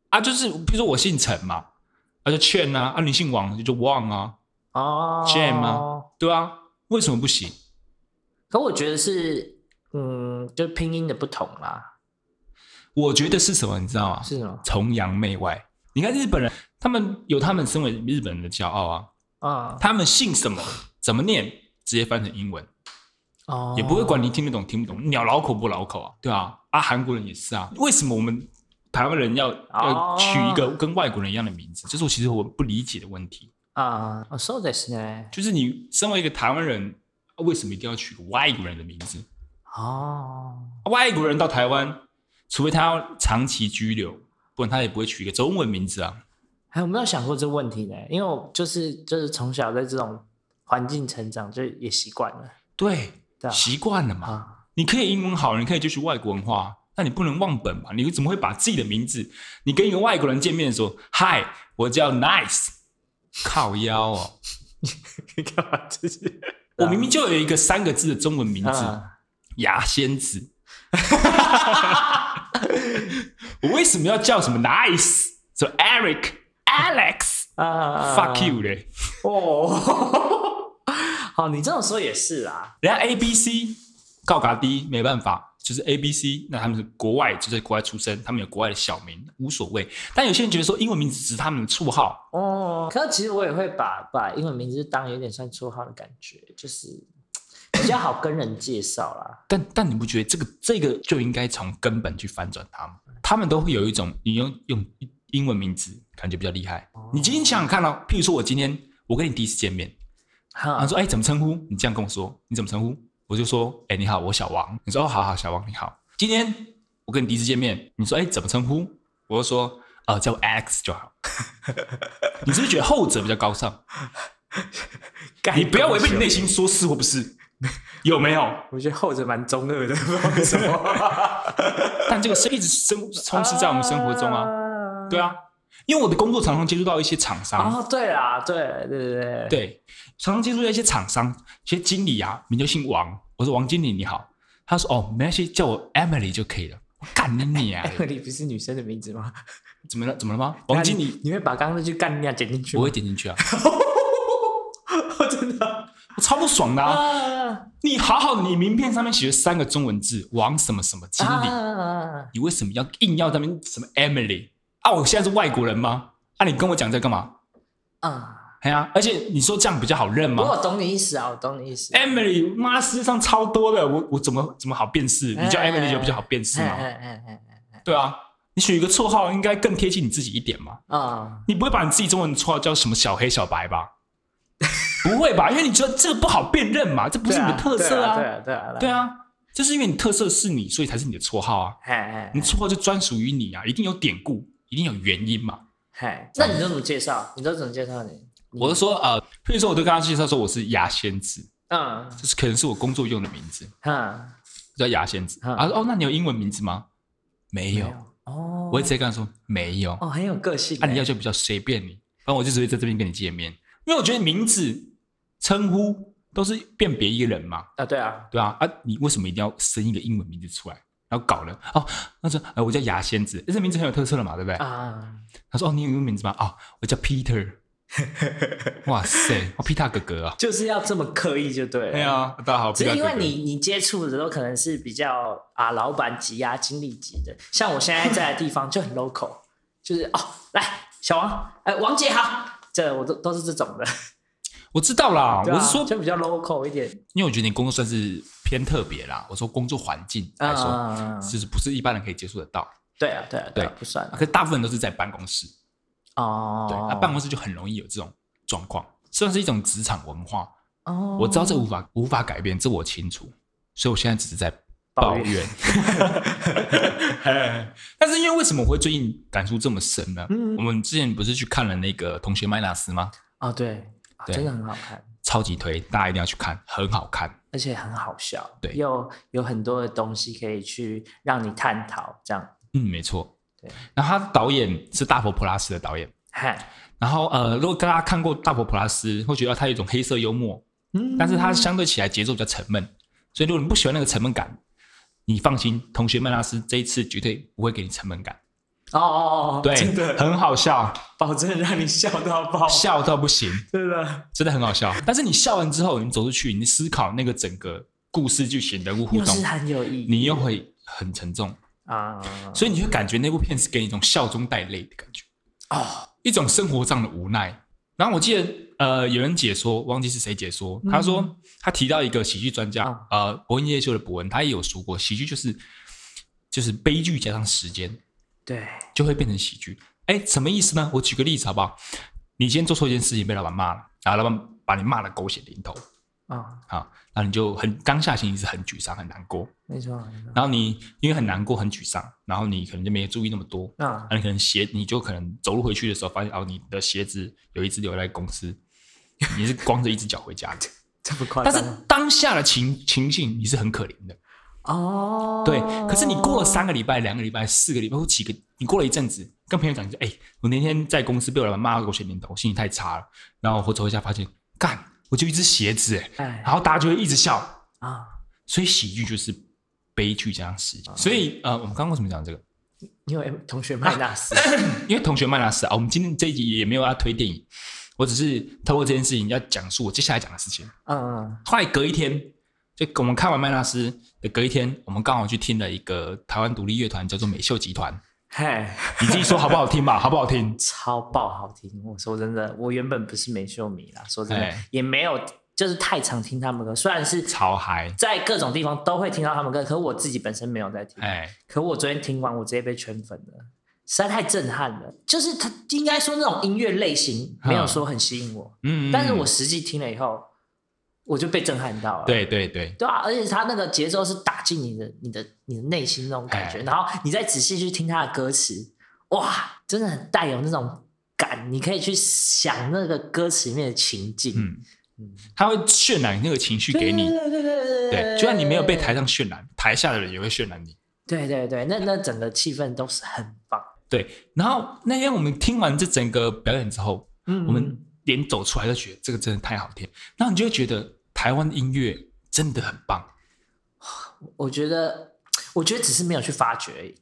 [SPEAKER 1] 啊？就是比如说我姓陈嘛，那、就劝啊，啊你姓王就就旺啊，
[SPEAKER 2] 哦
[SPEAKER 1] Jam 吗？对啊，为什么不行？
[SPEAKER 2] 可我觉得是，嗯，就拼音的不同啦，
[SPEAKER 1] 我觉得是什么，你知道吗？
[SPEAKER 2] 是什么？
[SPEAKER 1] 崇洋媚外。你看日本人，他们有他们身为日本人的骄傲啊，
[SPEAKER 2] 啊、
[SPEAKER 1] 他们姓什么，怎么念，直接翻成英文，
[SPEAKER 2] 哦，
[SPEAKER 1] 也不会管你听得懂听不懂，鸟老口不老口啊，对啊，啊，韩国人也是啊，为什么我们台湾人要要
[SPEAKER 2] 哦
[SPEAKER 1] 取一个跟外国人一样的名字？这是我其实我不理解的问题，
[SPEAKER 2] 啊，哦，そうですね。
[SPEAKER 1] 就是你身为一个台湾人，啊为什么一定要取个外国人的名字？啊
[SPEAKER 2] 哦，
[SPEAKER 1] 外国人到台湾，除非他要长期居留，不然他也不会取一个中文名字啊。
[SPEAKER 2] 哎，我没有想过这个问题呢，因为我就是就是从小在这种环境成长，就也习惯了
[SPEAKER 1] 对
[SPEAKER 2] 对，啊
[SPEAKER 1] 习惯了嘛。
[SPEAKER 2] 啊。
[SPEAKER 1] 你可以英文好，你可以就去外国文化，那你不能忘本嘛？你怎么会把自己的名字？你跟一个外国人见面的时候，嗨，我叫 Nice，靠腰哦，
[SPEAKER 2] 你干嘛自己？
[SPEAKER 1] 我明明就有一个三个字的中文名字
[SPEAKER 2] 啊，
[SPEAKER 1] 牙仙子，我为什么要叫什么 Nice？什么 Eric、Alex、
[SPEAKER 2] 啊
[SPEAKER 1] Fuck you 嘞？
[SPEAKER 2] 哦， 好，你这种说也是啦，
[SPEAKER 1] 人家 A B C 告嘎低没办法，就是 A B C，那他们是国外，就在国外出生，他们有国外的小名，无所谓。但有些人觉得说英文名字只是他们的绰号，
[SPEAKER 2] 哦，可是其实我也会把把英文名字当有点像绰号的感觉，就是比较好跟人介绍啦。
[SPEAKER 1] 但但你不觉得这个这个就应该从根本去翻转他们？他们都会有一种你用用英文名字感觉比较厉害。你今天想想看哦，譬如说我今天我跟你第一次见面，他
[SPEAKER 2] 哈，
[SPEAKER 1] 说：“哎、怎么称呼？”你这样跟我说，你怎么称呼？我就说：“哎、你好，我小王。”你说：“哦，好好，小王你好。”今天我我跟你第一次见面，你说哎怎么称呼？我就说呃叫我 X 就好。 你是不是觉得后者比较高尚？
[SPEAKER 2] 干
[SPEAKER 1] 你不要违背你内
[SPEAKER 2] 狗
[SPEAKER 1] 心，说是或不是，有没有？
[SPEAKER 2] 血，我觉得后者蛮中二的，不知道为 什么。
[SPEAKER 1] 但这个是一直生充斥在我们生活中啊，
[SPEAKER 2] 啊
[SPEAKER 1] 对啊，因为我的工作常常接触到一些厂商，
[SPEAKER 2] 哦，对啦，对对对对，
[SPEAKER 1] 对，啊常常接触到一些厂商，一些经理啊，名就姓王，我说王经理你好，他说哦没关系，叫我 Emily 就可以了，我干了你啊
[SPEAKER 2] 艾， 米丽不是女生的名字吗？
[SPEAKER 1] 怎么了怎么了吗？王经理
[SPEAKER 2] 你，你会把刚刚那句干掉剪进去
[SPEAKER 1] 我
[SPEAKER 2] 吗？
[SPEAKER 1] 会 点进去啊，
[SPEAKER 2] 我真的
[SPEAKER 1] 我超不爽的啊！
[SPEAKER 2] 啊，
[SPEAKER 1] 你好好的，你名片上面写了三个中文字王什么什么经理，
[SPEAKER 2] 啊
[SPEAKER 1] 你为什么要硬要他们什么 Emily 啊？我现在是外国人吗？啊，你跟我讲这干嘛？
[SPEAKER 2] 啊！
[SPEAKER 1] 哎呀，而且你说这样比较好认吗？
[SPEAKER 2] 我懂你意思啊，我懂你意
[SPEAKER 1] 哎
[SPEAKER 2] 思。
[SPEAKER 1] Emily，妈，世界上超多的，我我怎么怎么好辨识？你叫
[SPEAKER 2] 哎
[SPEAKER 1] Emily 就比较好辨识
[SPEAKER 2] 哎
[SPEAKER 1] 吗？
[SPEAKER 2] 哎哎哎哎
[SPEAKER 1] 对啊，你取一个绰号应该更贴近你自己一点嘛。
[SPEAKER 2] 啊！
[SPEAKER 1] 你不会把你自己中文绰号叫什么小黑、小白吧？ 不会吧？因为你觉得这个不好辨认嘛，这不是你的特色
[SPEAKER 2] 对啊，对啊，
[SPEAKER 1] 对
[SPEAKER 2] 啊。
[SPEAKER 1] 啊，这是因为你特色是你，所以才是你的绰号啊。
[SPEAKER 2] 哎哎
[SPEAKER 1] 你绰号就专属于你啊，一定有典故，一定有原因嘛。
[SPEAKER 2] 哎，那你都怎么介绍？你都怎么介绍你？
[SPEAKER 1] 我就说呃，譬如说我都跟他介绍说我是牙仙子，
[SPEAKER 2] 嗯
[SPEAKER 1] 这是可能是我工作用的名字。
[SPEAKER 2] 嗯，
[SPEAKER 1] 叫牙仙子。
[SPEAKER 2] 嗯
[SPEAKER 1] 他说：“哦，那你有英文名字吗？”没有，
[SPEAKER 2] 哦，
[SPEAKER 1] 我会直接跟他说没有。
[SPEAKER 2] 哦很有个性欸。
[SPEAKER 1] 啊，你要就比较随便你，反正我就直接在这边跟你见面，因为我觉得名字、称呼都是辨别一个人嘛，
[SPEAKER 2] 啊？对啊，
[SPEAKER 1] 对啊，啊，你为什么一定要生一个英文名字出来？然后搞了哦，他说：“呃，我叫牙仙子，这名字很有特色了嘛，对不对？”
[SPEAKER 2] 啊，
[SPEAKER 1] 他说：“哦，你有英文名字吗？哦，我叫 Peter。哇塞，哦，Peter 哥哥啊，
[SPEAKER 2] 就是要这么刻意就对了。
[SPEAKER 1] 对，啊，大家好
[SPEAKER 2] 只
[SPEAKER 1] ，Peter
[SPEAKER 2] 是
[SPEAKER 1] 哥
[SPEAKER 2] 因
[SPEAKER 1] 哥。
[SPEAKER 2] 为你你接触的都可能是比较啊老板级啊经理级的，像我现在在的地方就很 local，就是 哦来小王，哎、王姐好，这我都都是这种的，
[SPEAKER 1] 我知道啦，
[SPEAKER 2] 对啊
[SPEAKER 1] 我是说
[SPEAKER 2] 就比较 local 一点
[SPEAKER 1] 因为我觉得你工作算是偏特别啦。我说工作环境来说，
[SPEAKER 2] 啊，
[SPEAKER 1] 就是不是一般人可以接触得到。
[SPEAKER 2] 对啊对啊对啊，不算
[SPEAKER 1] 可是大部分都是在办公室，
[SPEAKER 2] 哦，
[SPEAKER 1] 对，那、啊办公室就很容易有这种状况，算是一种职场文化。
[SPEAKER 2] 哦，
[SPEAKER 1] 我知道这无法无法改变，这我清楚，所以我现在只是在抱
[SPEAKER 2] 抱怨
[SPEAKER 1] 怨。 但是因为为什么我会最近感触这么深呢？
[SPEAKER 2] 嗯
[SPEAKER 1] 我们之前不是去看了那个《同学麦纳斯》吗？
[SPEAKER 2] 哦对啊
[SPEAKER 1] 对
[SPEAKER 2] 真的很好看，
[SPEAKER 1] 超级推，大家一定要去看，很好看。
[SPEAKER 2] 而且很好笑，
[SPEAKER 1] 对
[SPEAKER 2] 又有很多的东西可以去让你探讨，这样，
[SPEAKER 1] 嗯，没错。
[SPEAKER 2] 对，
[SPEAKER 1] 然后他导演是大佛普拉斯的导演。
[SPEAKER 2] 嗨，
[SPEAKER 1] 然后呃，如果大家看过《大佛普拉斯》，会觉得他有一种黑色幽默，
[SPEAKER 2] 嗯
[SPEAKER 1] 但是他相对起来节奏比较沉闷。所以如果你不喜欢那个沉闷感，你放心，同学麦拉斯这一次绝对不会给你沉闷感，
[SPEAKER 2] 哦哦哦，
[SPEAKER 1] 对，
[SPEAKER 2] 真的
[SPEAKER 1] 很好笑，
[SPEAKER 2] 保证让你笑到 爆，
[SPEAKER 1] 笑到不行，
[SPEAKER 2] 真的。
[SPEAKER 1] 真的很好笑。但是你笑完之后，你走出去，你思考那个整个故事剧情、人物互
[SPEAKER 2] 又
[SPEAKER 1] 动
[SPEAKER 2] 是，很有意义，
[SPEAKER 1] 你又会很沉重，
[SPEAKER 2] 啊，
[SPEAKER 1] 所以你会感觉那部片是给你一种笑中带泪的感觉。
[SPEAKER 2] 哦，
[SPEAKER 1] 一种生活上的无奈。然后我记得，呃，有人解说，忘记是谁解说，他说他提到一个喜剧专家，
[SPEAKER 2] 啊
[SPEAKER 1] 呃，伯恩夜秀的伯恩，他也有说过，喜剧就是就是悲剧加上时间
[SPEAKER 2] 对，
[SPEAKER 1] 就会变成喜剧。哎，什么意思呢？我举个例子好不好？你今天做错一件事情被老板骂了，然后老板把你骂的狗血淋头
[SPEAKER 2] 啊，
[SPEAKER 1] 啊，然后你就很当下心情是很沮丧、很难过，
[SPEAKER 2] 没错，没错
[SPEAKER 1] 然后你因为很难过、很沮丧，然后你可能就没注意那么多，
[SPEAKER 2] 啊
[SPEAKER 1] 那你可能鞋，你就可能走路回去的时候，发现哦，你的鞋子有一只留在公司，你是光着一只脚回家的。
[SPEAKER 2] 这么夸
[SPEAKER 1] 但是
[SPEAKER 2] 张吗
[SPEAKER 1] 当下的情情境你是很可怜的，
[SPEAKER 2] 哦，
[SPEAKER 1] 对。可是你过了三个礼拜、两个礼拜、四个礼拜或几个，你过了一阵子，跟朋友讲，你说哎、我那天在公司被我老板骂到狗血淋头，我心情太差了。然后我回头一下发现，干，我就一只鞋子、哎
[SPEAKER 2] 哎
[SPEAKER 1] 然后大家就会一直笑。
[SPEAKER 2] 啊，
[SPEAKER 1] 所以喜剧就是悲剧加上时间。所以呃，我们刚刚为什么讲这个？
[SPEAKER 2] 你有同
[SPEAKER 1] 啊
[SPEAKER 2] 学麦 纳斯嗯
[SPEAKER 1] 因为同学麦纳斯啊，我们今天这一集也没有要推电影，我只是透过这件事情要讲述我接下来讲的事情。
[SPEAKER 2] 嗯
[SPEAKER 1] 后来隔一天，就我们看完麦纳斯的隔一天，我们刚好去听了一个台湾独立乐团，叫做美秀集团。
[SPEAKER 2] 嘿，
[SPEAKER 1] 你自己说好不好听吧？好不好听？
[SPEAKER 2] 超爆好听。我说真的，我原本不是美秀迷啦，说真的
[SPEAKER 1] 哎
[SPEAKER 2] 也没有，就是太常听他们歌，虽然是
[SPEAKER 1] 超嗨！
[SPEAKER 2] 在各种地方都会听到他们歌，可我自己本身没有在听。
[SPEAKER 1] 哎，
[SPEAKER 2] 可我昨天听完，我直接被圈粉了，实在太震撼了。就是他应该说那种音乐类型没有说很吸引我，
[SPEAKER 1] 嗯，
[SPEAKER 2] 但是我实际听了以后，我就被震撼到了。
[SPEAKER 1] 对对对，
[SPEAKER 2] 对啊，而且他那个节奏是打进你的、你的、你的内心那种感觉，
[SPEAKER 1] 哎
[SPEAKER 2] 然后你再仔细去听他的歌词，哇，真的很带有那种感，你可以去想那个歌词里面的情境，
[SPEAKER 1] 嗯，他会渲染那个情绪
[SPEAKER 2] 对
[SPEAKER 1] 给你，
[SPEAKER 2] 对对对对
[SPEAKER 1] 对，就算你没有被台，上渲染，台下的人也会渲染你。
[SPEAKER 2] 对对对，那那整个气氛都是很棒。
[SPEAKER 1] 对，然后那天我们听完这整个表演之后，
[SPEAKER 2] 嗯
[SPEAKER 1] 我们连走出来都觉得这个真的太好听，然后你就会觉得台湾音乐真的很棒。
[SPEAKER 2] 嗯我觉得，我觉得只是没有去发掘而已。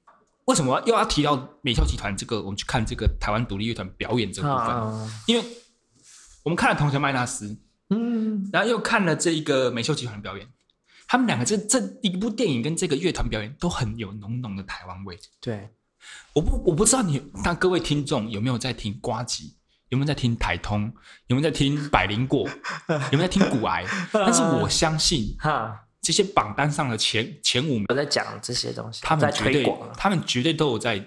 [SPEAKER 1] 为什么又要提到美校集团这个？我们去看这个台湾独立乐团表演这部分，
[SPEAKER 2] 啊，
[SPEAKER 1] 因为我们看了《同学麦纳斯》，
[SPEAKER 2] 嗯，
[SPEAKER 1] 然后又看了这一个美秀集团的表演，他们两个这这一部电影跟这个乐团表演都很有浓浓的台湾味。
[SPEAKER 2] 对，
[SPEAKER 1] 我不我不知道你，但各位听众有没有在听瓜吉，有没有在听台通，有没有在听百灵果，有没有在听古癌？但是我相信
[SPEAKER 2] 哈，
[SPEAKER 1] 这些榜单上的前前五名，
[SPEAKER 2] 我在讲这些东西，
[SPEAKER 1] 他
[SPEAKER 2] 在
[SPEAKER 1] 们绝
[SPEAKER 2] 推
[SPEAKER 1] 对
[SPEAKER 2] 广啊，
[SPEAKER 1] 他们绝对都有在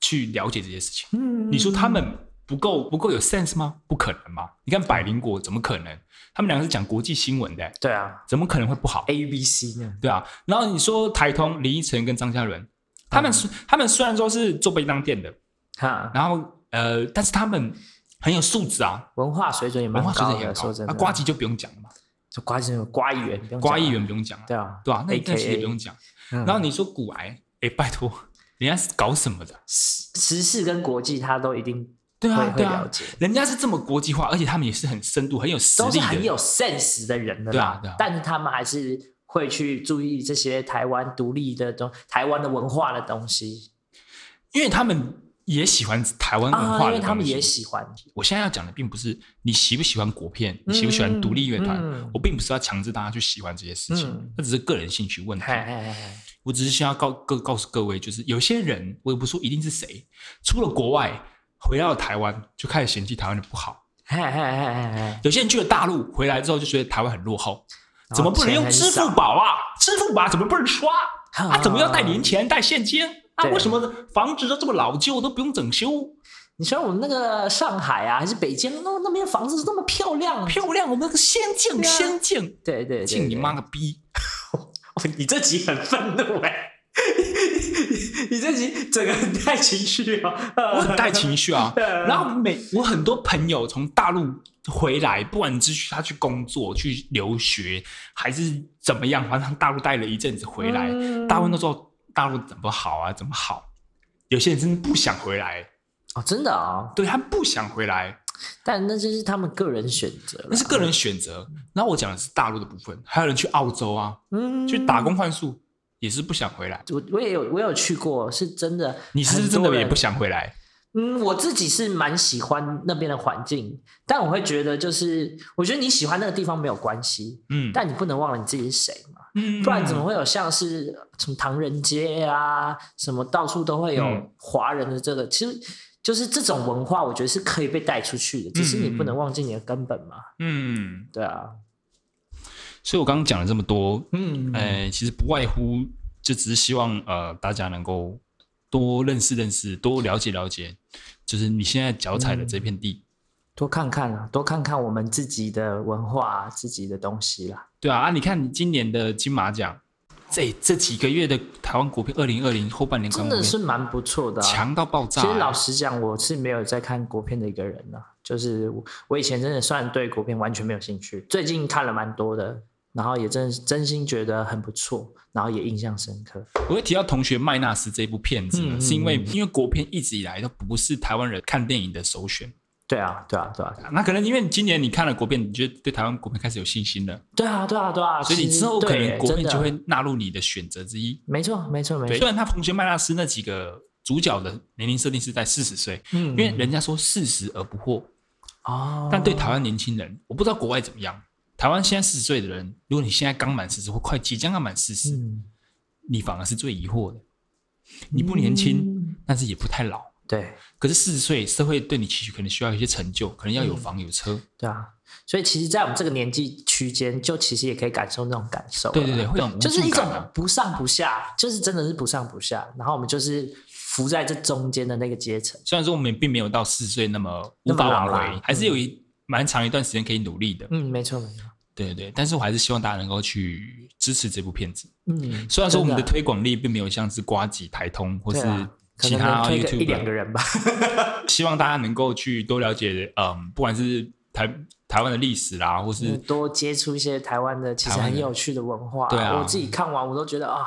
[SPEAKER 1] 去了解这些事情。
[SPEAKER 2] 嗯
[SPEAKER 1] 你说他们不够不够有 sense 吗？不可能嘛！你看百灵果怎么可能？他们两个是讲国际新闻的、
[SPEAKER 2] 对啊
[SPEAKER 1] 怎么可能会不好？
[SPEAKER 2] ，A B C 呢？
[SPEAKER 1] 对啊，然后你说台通林依晨跟张嘉伦，他们、
[SPEAKER 2] 嗯
[SPEAKER 1] 虽他们虽然说是做便当店的，
[SPEAKER 2] 哈，
[SPEAKER 1] 然后呃，但是他们很有素质啊，
[SPEAKER 2] 文化水准也蛮
[SPEAKER 1] 文化水
[SPEAKER 2] 高
[SPEAKER 1] 准也
[SPEAKER 2] 的，
[SPEAKER 1] 很
[SPEAKER 2] 说
[SPEAKER 1] 高
[SPEAKER 2] 真。
[SPEAKER 1] 啊，
[SPEAKER 2] 的，
[SPEAKER 1] 瓜吉就不用讲了嘛，
[SPEAKER 2] 就瓜吉那个瓜议员，不用讲
[SPEAKER 1] 瓜
[SPEAKER 2] 了
[SPEAKER 1] 议员不用讲了，
[SPEAKER 2] 对啊，
[SPEAKER 1] 对吧、那那
[SPEAKER 2] AKA
[SPEAKER 1] 些也不用讲。
[SPEAKER 2] 嗯
[SPEAKER 1] 然后你说骨癌，哎，拜托，人家是搞什么的？
[SPEAKER 2] 时时事跟国际他都一定
[SPEAKER 1] 对啊
[SPEAKER 2] 会，会
[SPEAKER 1] 对啊
[SPEAKER 2] 了解，
[SPEAKER 1] 人家是这么国际化，而且他们也是很深度、很有实
[SPEAKER 2] 都
[SPEAKER 1] 力
[SPEAKER 2] 是
[SPEAKER 1] 的
[SPEAKER 2] 很
[SPEAKER 1] 人。
[SPEAKER 2] 有 sense 的人的
[SPEAKER 1] 对
[SPEAKER 2] 啦
[SPEAKER 1] 啊对啊，
[SPEAKER 2] 但是他们还是会去注意这些台湾独立的东、台湾的文化的东西
[SPEAKER 1] 因为他们也喜欢台湾文
[SPEAKER 2] 啊，
[SPEAKER 1] 化
[SPEAKER 2] 因
[SPEAKER 1] 的
[SPEAKER 2] 为他们
[SPEAKER 1] 东西
[SPEAKER 2] 也喜欢。
[SPEAKER 1] 我现在要讲的并不是你喜不喜欢国片，你喜不喜欢独立乐团，
[SPEAKER 2] 嗯
[SPEAKER 1] 我并不是要强制大家去喜欢这些事情，
[SPEAKER 2] 嗯
[SPEAKER 1] 那只是个人兴趣问题
[SPEAKER 2] 嘿。嘿嘿嘿
[SPEAKER 1] 我只是想要告告告诉各位，就是有些人，我也不说一定是谁，出了国外回到台湾就开始嫌弃台湾的不好，
[SPEAKER 2] 嘿嘿嘿嘿嘿，
[SPEAKER 1] 有些人去了大陆回来之后就觉得台湾很落后，
[SPEAKER 2] 然后
[SPEAKER 1] 怎么不能用
[SPEAKER 2] 钱
[SPEAKER 1] 支
[SPEAKER 2] 很少
[SPEAKER 1] 付宝啊？支付宝怎么不能刷？
[SPEAKER 2] 哈
[SPEAKER 1] 啊，怎么要带零钱带现金？啊，
[SPEAKER 2] 对
[SPEAKER 1] 为什么房子都这么老旧，都不用整修？
[SPEAKER 2] 你说我们那个上海啊，还是北京，那那边房子那么漂亮，
[SPEAKER 1] 漂亮，我们那个先进，
[SPEAKER 2] 对啊
[SPEAKER 1] 先进。
[SPEAKER 2] 对对对，
[SPEAKER 1] 敬你
[SPEAKER 2] 对
[SPEAKER 1] 妈！个逼！
[SPEAKER 2] 哦 你这集很愤怒哎、 你这集整个很带情绪哦，
[SPEAKER 1] 我
[SPEAKER 2] 我。
[SPEAKER 1] 很带情绪啊 然后每我很多朋友从大陆回来，不管是去他去工作、去留学，还是怎么样，反正他大陆待了一阵子回来，
[SPEAKER 2] 嗯
[SPEAKER 1] 大部分都说大陆怎么好啊，怎么好。有些人真的不想回来，
[SPEAKER 2] 哦，真的啊、哦，
[SPEAKER 1] 对他们不想回来，
[SPEAKER 2] 但那就是他们个人选择了
[SPEAKER 1] 那，是个人选择。然后我讲的是大陆的部分，还有人去澳洲啊，
[SPEAKER 2] 嗯，
[SPEAKER 1] 去打工换宿，也是不想回来。
[SPEAKER 2] 我我也有我有去过，是真的，
[SPEAKER 1] 你是不是真
[SPEAKER 2] 很多
[SPEAKER 1] 的
[SPEAKER 2] 人
[SPEAKER 1] 也不想回来？
[SPEAKER 2] 嗯，我自己是蛮喜欢那边的环境，但我会觉得就是，我觉得你喜欢那个地方没有关系，
[SPEAKER 1] 嗯，
[SPEAKER 2] 但你不能忘了你自己是谁嘛。
[SPEAKER 1] 嗯
[SPEAKER 2] 不然怎么会有像是什么唐人街啊，什么到处都会有
[SPEAKER 1] 嗯
[SPEAKER 2] 华人的这个？其实就是这种文化，我觉得是可以被带出去的，只是你不能忘记你的根本嘛。
[SPEAKER 1] 嗯？
[SPEAKER 2] 对啊，
[SPEAKER 1] 所以我刚刚讲了这么多，
[SPEAKER 2] 嗯，
[SPEAKER 1] 呃，其实不外乎就只是希望呃大家能够多认识认识，多了解了解，就是你现在脚踩的这片地，
[SPEAKER 2] 多看看啊，多看看我们自己的文化、啊自己的东西啦。
[SPEAKER 1] 对啊啊！你看你今年的金马奖，这这几个月的台湾国片，二零二零后半年
[SPEAKER 2] 真
[SPEAKER 1] 观
[SPEAKER 2] 的
[SPEAKER 1] 众
[SPEAKER 2] 是蛮不错的、嗯啊。
[SPEAKER 1] 强到爆炸、
[SPEAKER 2] 其实老实讲，我是没有在看国片的一个人啊，就是我我以前真的算对国片完全没有兴趣，最近看了蛮多的，然后也真真心觉得很不错，然后也印象深刻。
[SPEAKER 1] 我会提到《同学麦纳斯》这部片子呢，
[SPEAKER 2] 嗯
[SPEAKER 1] 是因为
[SPEAKER 2] 嗯
[SPEAKER 1] 因为国片一直以来都不是台湾人看电影的首选。
[SPEAKER 2] 对啊，对啊，对啊，
[SPEAKER 1] 那可能因为今年你看了国片，你觉得对台湾国片开始有信心了，
[SPEAKER 2] 对啊，对啊，对啊，
[SPEAKER 1] 所以
[SPEAKER 2] 其
[SPEAKER 1] 你
[SPEAKER 2] 实
[SPEAKER 1] 之后可
[SPEAKER 2] 对
[SPEAKER 1] 能
[SPEAKER 2] 耶
[SPEAKER 1] 国
[SPEAKER 2] 真
[SPEAKER 1] 片
[SPEAKER 2] 的
[SPEAKER 1] 就会纳入你的选择之一。
[SPEAKER 2] 没错，没错，没
[SPEAKER 1] 对，
[SPEAKER 2] 错
[SPEAKER 1] 虽，然他《同学麦纳斯》那几个主角的年龄设定是在四十岁，
[SPEAKER 2] 嗯
[SPEAKER 1] 因为人家说四十而不惑，
[SPEAKER 2] 哦，
[SPEAKER 1] 但对台湾年轻人，我不知道国外怎么样。台湾现在四十岁的人，如果你现在刚满四十或快即将要满四十、
[SPEAKER 2] 嗯，
[SPEAKER 1] 你反而是最疑惑的。你不年轻，
[SPEAKER 2] 嗯
[SPEAKER 1] 但是也不太老。
[SPEAKER 2] 对，
[SPEAKER 1] 可是四十岁，社会对你期许可能需要一些成就，可能要有房有车。
[SPEAKER 2] 对啊，所以其实，在我们这个年纪区间，就其实也可以感受那种感受了，
[SPEAKER 1] 对对对，会有种
[SPEAKER 2] 就是
[SPEAKER 1] 无
[SPEAKER 2] 一
[SPEAKER 1] 助
[SPEAKER 2] 种
[SPEAKER 1] 感啊
[SPEAKER 2] 不上不下，就是真的是不上不下，然后我们就是浮在这中间的那个阶层，
[SPEAKER 1] 虽然说我们并没有到四十岁那么
[SPEAKER 2] 那
[SPEAKER 1] 无
[SPEAKER 2] 么
[SPEAKER 1] 法
[SPEAKER 2] 老
[SPEAKER 1] 挽
[SPEAKER 2] 啦嗯
[SPEAKER 1] 回，还是有一蛮长一段时间可以努力的。
[SPEAKER 2] 嗯，没错，没错，
[SPEAKER 1] 对对，但是我还是希望大家能够去支持这部片子。
[SPEAKER 2] 嗯，
[SPEAKER 1] 虽然说我们的
[SPEAKER 2] 真
[SPEAKER 1] 推广力并没有像是瓜吉、台通或是
[SPEAKER 2] 对啊可
[SPEAKER 1] 其
[SPEAKER 2] 能
[SPEAKER 1] 他
[SPEAKER 2] 能推个一
[SPEAKER 1] YouTube，
[SPEAKER 2] 两个人吧。
[SPEAKER 1] 希望大家能够去多了解，嗯，不管是台台湾的历史啦，或是、
[SPEAKER 2] 多接触一些台湾的其
[SPEAKER 1] 嗯
[SPEAKER 2] 实
[SPEAKER 1] 台湾
[SPEAKER 2] 很
[SPEAKER 1] 的
[SPEAKER 2] 有趣的文化。
[SPEAKER 1] 对啊
[SPEAKER 2] 我自己看完我都觉得啊，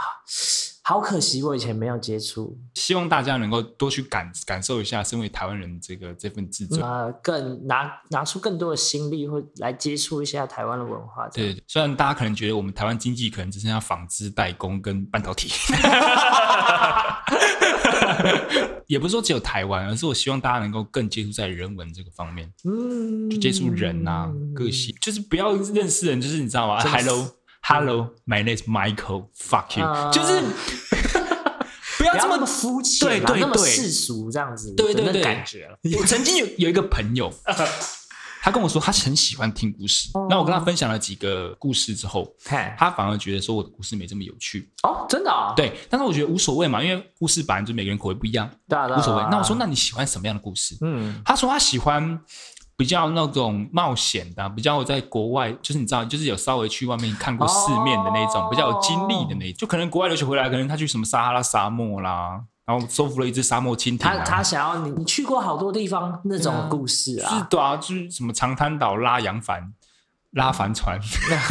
[SPEAKER 2] 好可惜我以前没有接触，
[SPEAKER 1] 希望大家能够多去感感受一下身为台湾人这个这份自尊。
[SPEAKER 2] 呃，更拿拿出更多的心力，会来接触一下台湾的文化。这样，
[SPEAKER 1] 对，虽然大家可能觉得我们台湾经济可能只剩下纺织代工跟半导体， 也不是说只有台湾，而是我希望大家能够更接触在人文这个方面，
[SPEAKER 2] 嗯，
[SPEAKER 1] 就接触人啊、个性，就是不要认识人，就是你知道吗
[SPEAKER 2] 真的是嗯
[SPEAKER 1] ？Hello。Hello, my name is Michael. Fuck you，、
[SPEAKER 2] 啊
[SPEAKER 1] 就是 不要这
[SPEAKER 2] 不要那
[SPEAKER 1] 么
[SPEAKER 2] 么肤浅啊，
[SPEAKER 1] 对对
[SPEAKER 2] 那么
[SPEAKER 1] 对
[SPEAKER 2] 世俗这样子，
[SPEAKER 1] 对对对
[SPEAKER 2] 感觉了。
[SPEAKER 1] 我曾经有有一个朋友，他跟我说他很喜欢听故事，
[SPEAKER 2] 哦
[SPEAKER 1] 那、我跟他分享了几个故事之后，
[SPEAKER 2] 看
[SPEAKER 1] 他反而觉得说我的故事没这么有趣。
[SPEAKER 2] 哦，真的哦，
[SPEAKER 1] 对，但是我觉得无所谓嘛，因为故事本来就每个人口味不一样，
[SPEAKER 2] 对啊，对啊
[SPEAKER 1] 无所谓。那我说，，
[SPEAKER 2] 对啊
[SPEAKER 1] 那你喜欢什么样的故事？
[SPEAKER 2] 嗯，
[SPEAKER 1] 他说他喜欢比较那种冒险的啊、比较在国外，就是你知道，就是有稍微去外面看过世面的那
[SPEAKER 2] 哦
[SPEAKER 1] 种，比较有经历的那种。就可能国外留学回来，可能他去什么撒哈拉沙漠啦，然后收服了一只沙漠蜻蜓、
[SPEAKER 2] 他
[SPEAKER 1] 啊。
[SPEAKER 2] 他想要你，你去过好多地方那种故事
[SPEAKER 1] 是
[SPEAKER 2] 啊，
[SPEAKER 1] 的啊，就是什么长滩岛拉洋帆、拉帆船。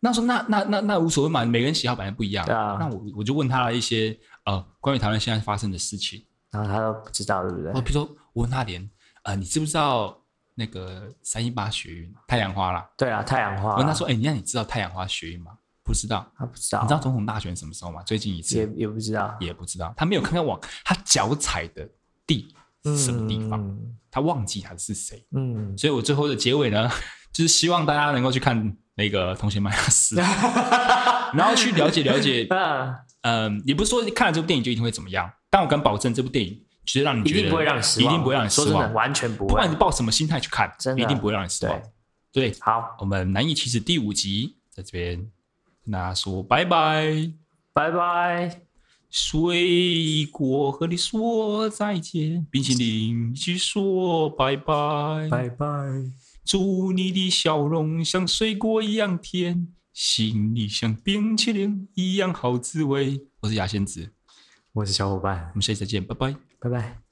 [SPEAKER 1] 那说那那那那无所谓嘛，每个人喜好本来不一样。
[SPEAKER 2] 对啊
[SPEAKER 1] 那我我就问他一些呃关于台湾现在发生的事情，
[SPEAKER 2] 然后他都不知道，对不对
[SPEAKER 1] 我？比如说我问他连呃你知不知道那个三一八学运太阳花啦？
[SPEAKER 2] 对啊，太阳花，
[SPEAKER 1] 我问他说哎、那你知道太阳花学运吗？不知道。
[SPEAKER 2] 他不知道，
[SPEAKER 1] 你知道总统大选什么时候吗？最近一次
[SPEAKER 2] 啊也也不知道
[SPEAKER 1] 也不知道，他没有看看网，他脚踩的地
[SPEAKER 2] 嗯
[SPEAKER 1] 是什么地方，他忘记他是谁。
[SPEAKER 2] 嗯，嗯
[SPEAKER 1] 所以我最后的结尾呢， 就是希望大家能够去看那个《同学麦拉斯》， 然后去了解了解。
[SPEAKER 2] 嗯，
[SPEAKER 1] 嗯，也不是说看了这部电影就一定会怎么样，但我敢保证这部电影绝对让你
[SPEAKER 2] 一
[SPEAKER 1] 觉得
[SPEAKER 2] 定不会让你失
[SPEAKER 1] 一
[SPEAKER 2] 望，
[SPEAKER 1] 定不会让你
[SPEAKER 2] 说
[SPEAKER 1] 失
[SPEAKER 2] 真的，
[SPEAKER 1] 望。
[SPEAKER 2] 完全不
[SPEAKER 1] 不管
[SPEAKER 2] 会
[SPEAKER 1] 你。抱什么心态去看，
[SPEAKER 2] 真的
[SPEAKER 1] 一定不会让你失望
[SPEAKER 2] 对。
[SPEAKER 1] 对，
[SPEAKER 2] 好，
[SPEAKER 1] 我们《难以启齿》第五集在这边跟大家说拜拜。
[SPEAKER 2] 拜拜。
[SPEAKER 1] 水果和你说再见，冰淇淋一起说拜拜。
[SPEAKER 2] 拜。
[SPEAKER 1] 祝你的笑容像水果一样甜，心里像冰淇淋一样好滋味。我是牙仙子，
[SPEAKER 2] 我是小伙
[SPEAKER 1] 我
[SPEAKER 2] 伴，
[SPEAKER 1] 们下期再见，拜拜。
[SPEAKER 2] 拜拜。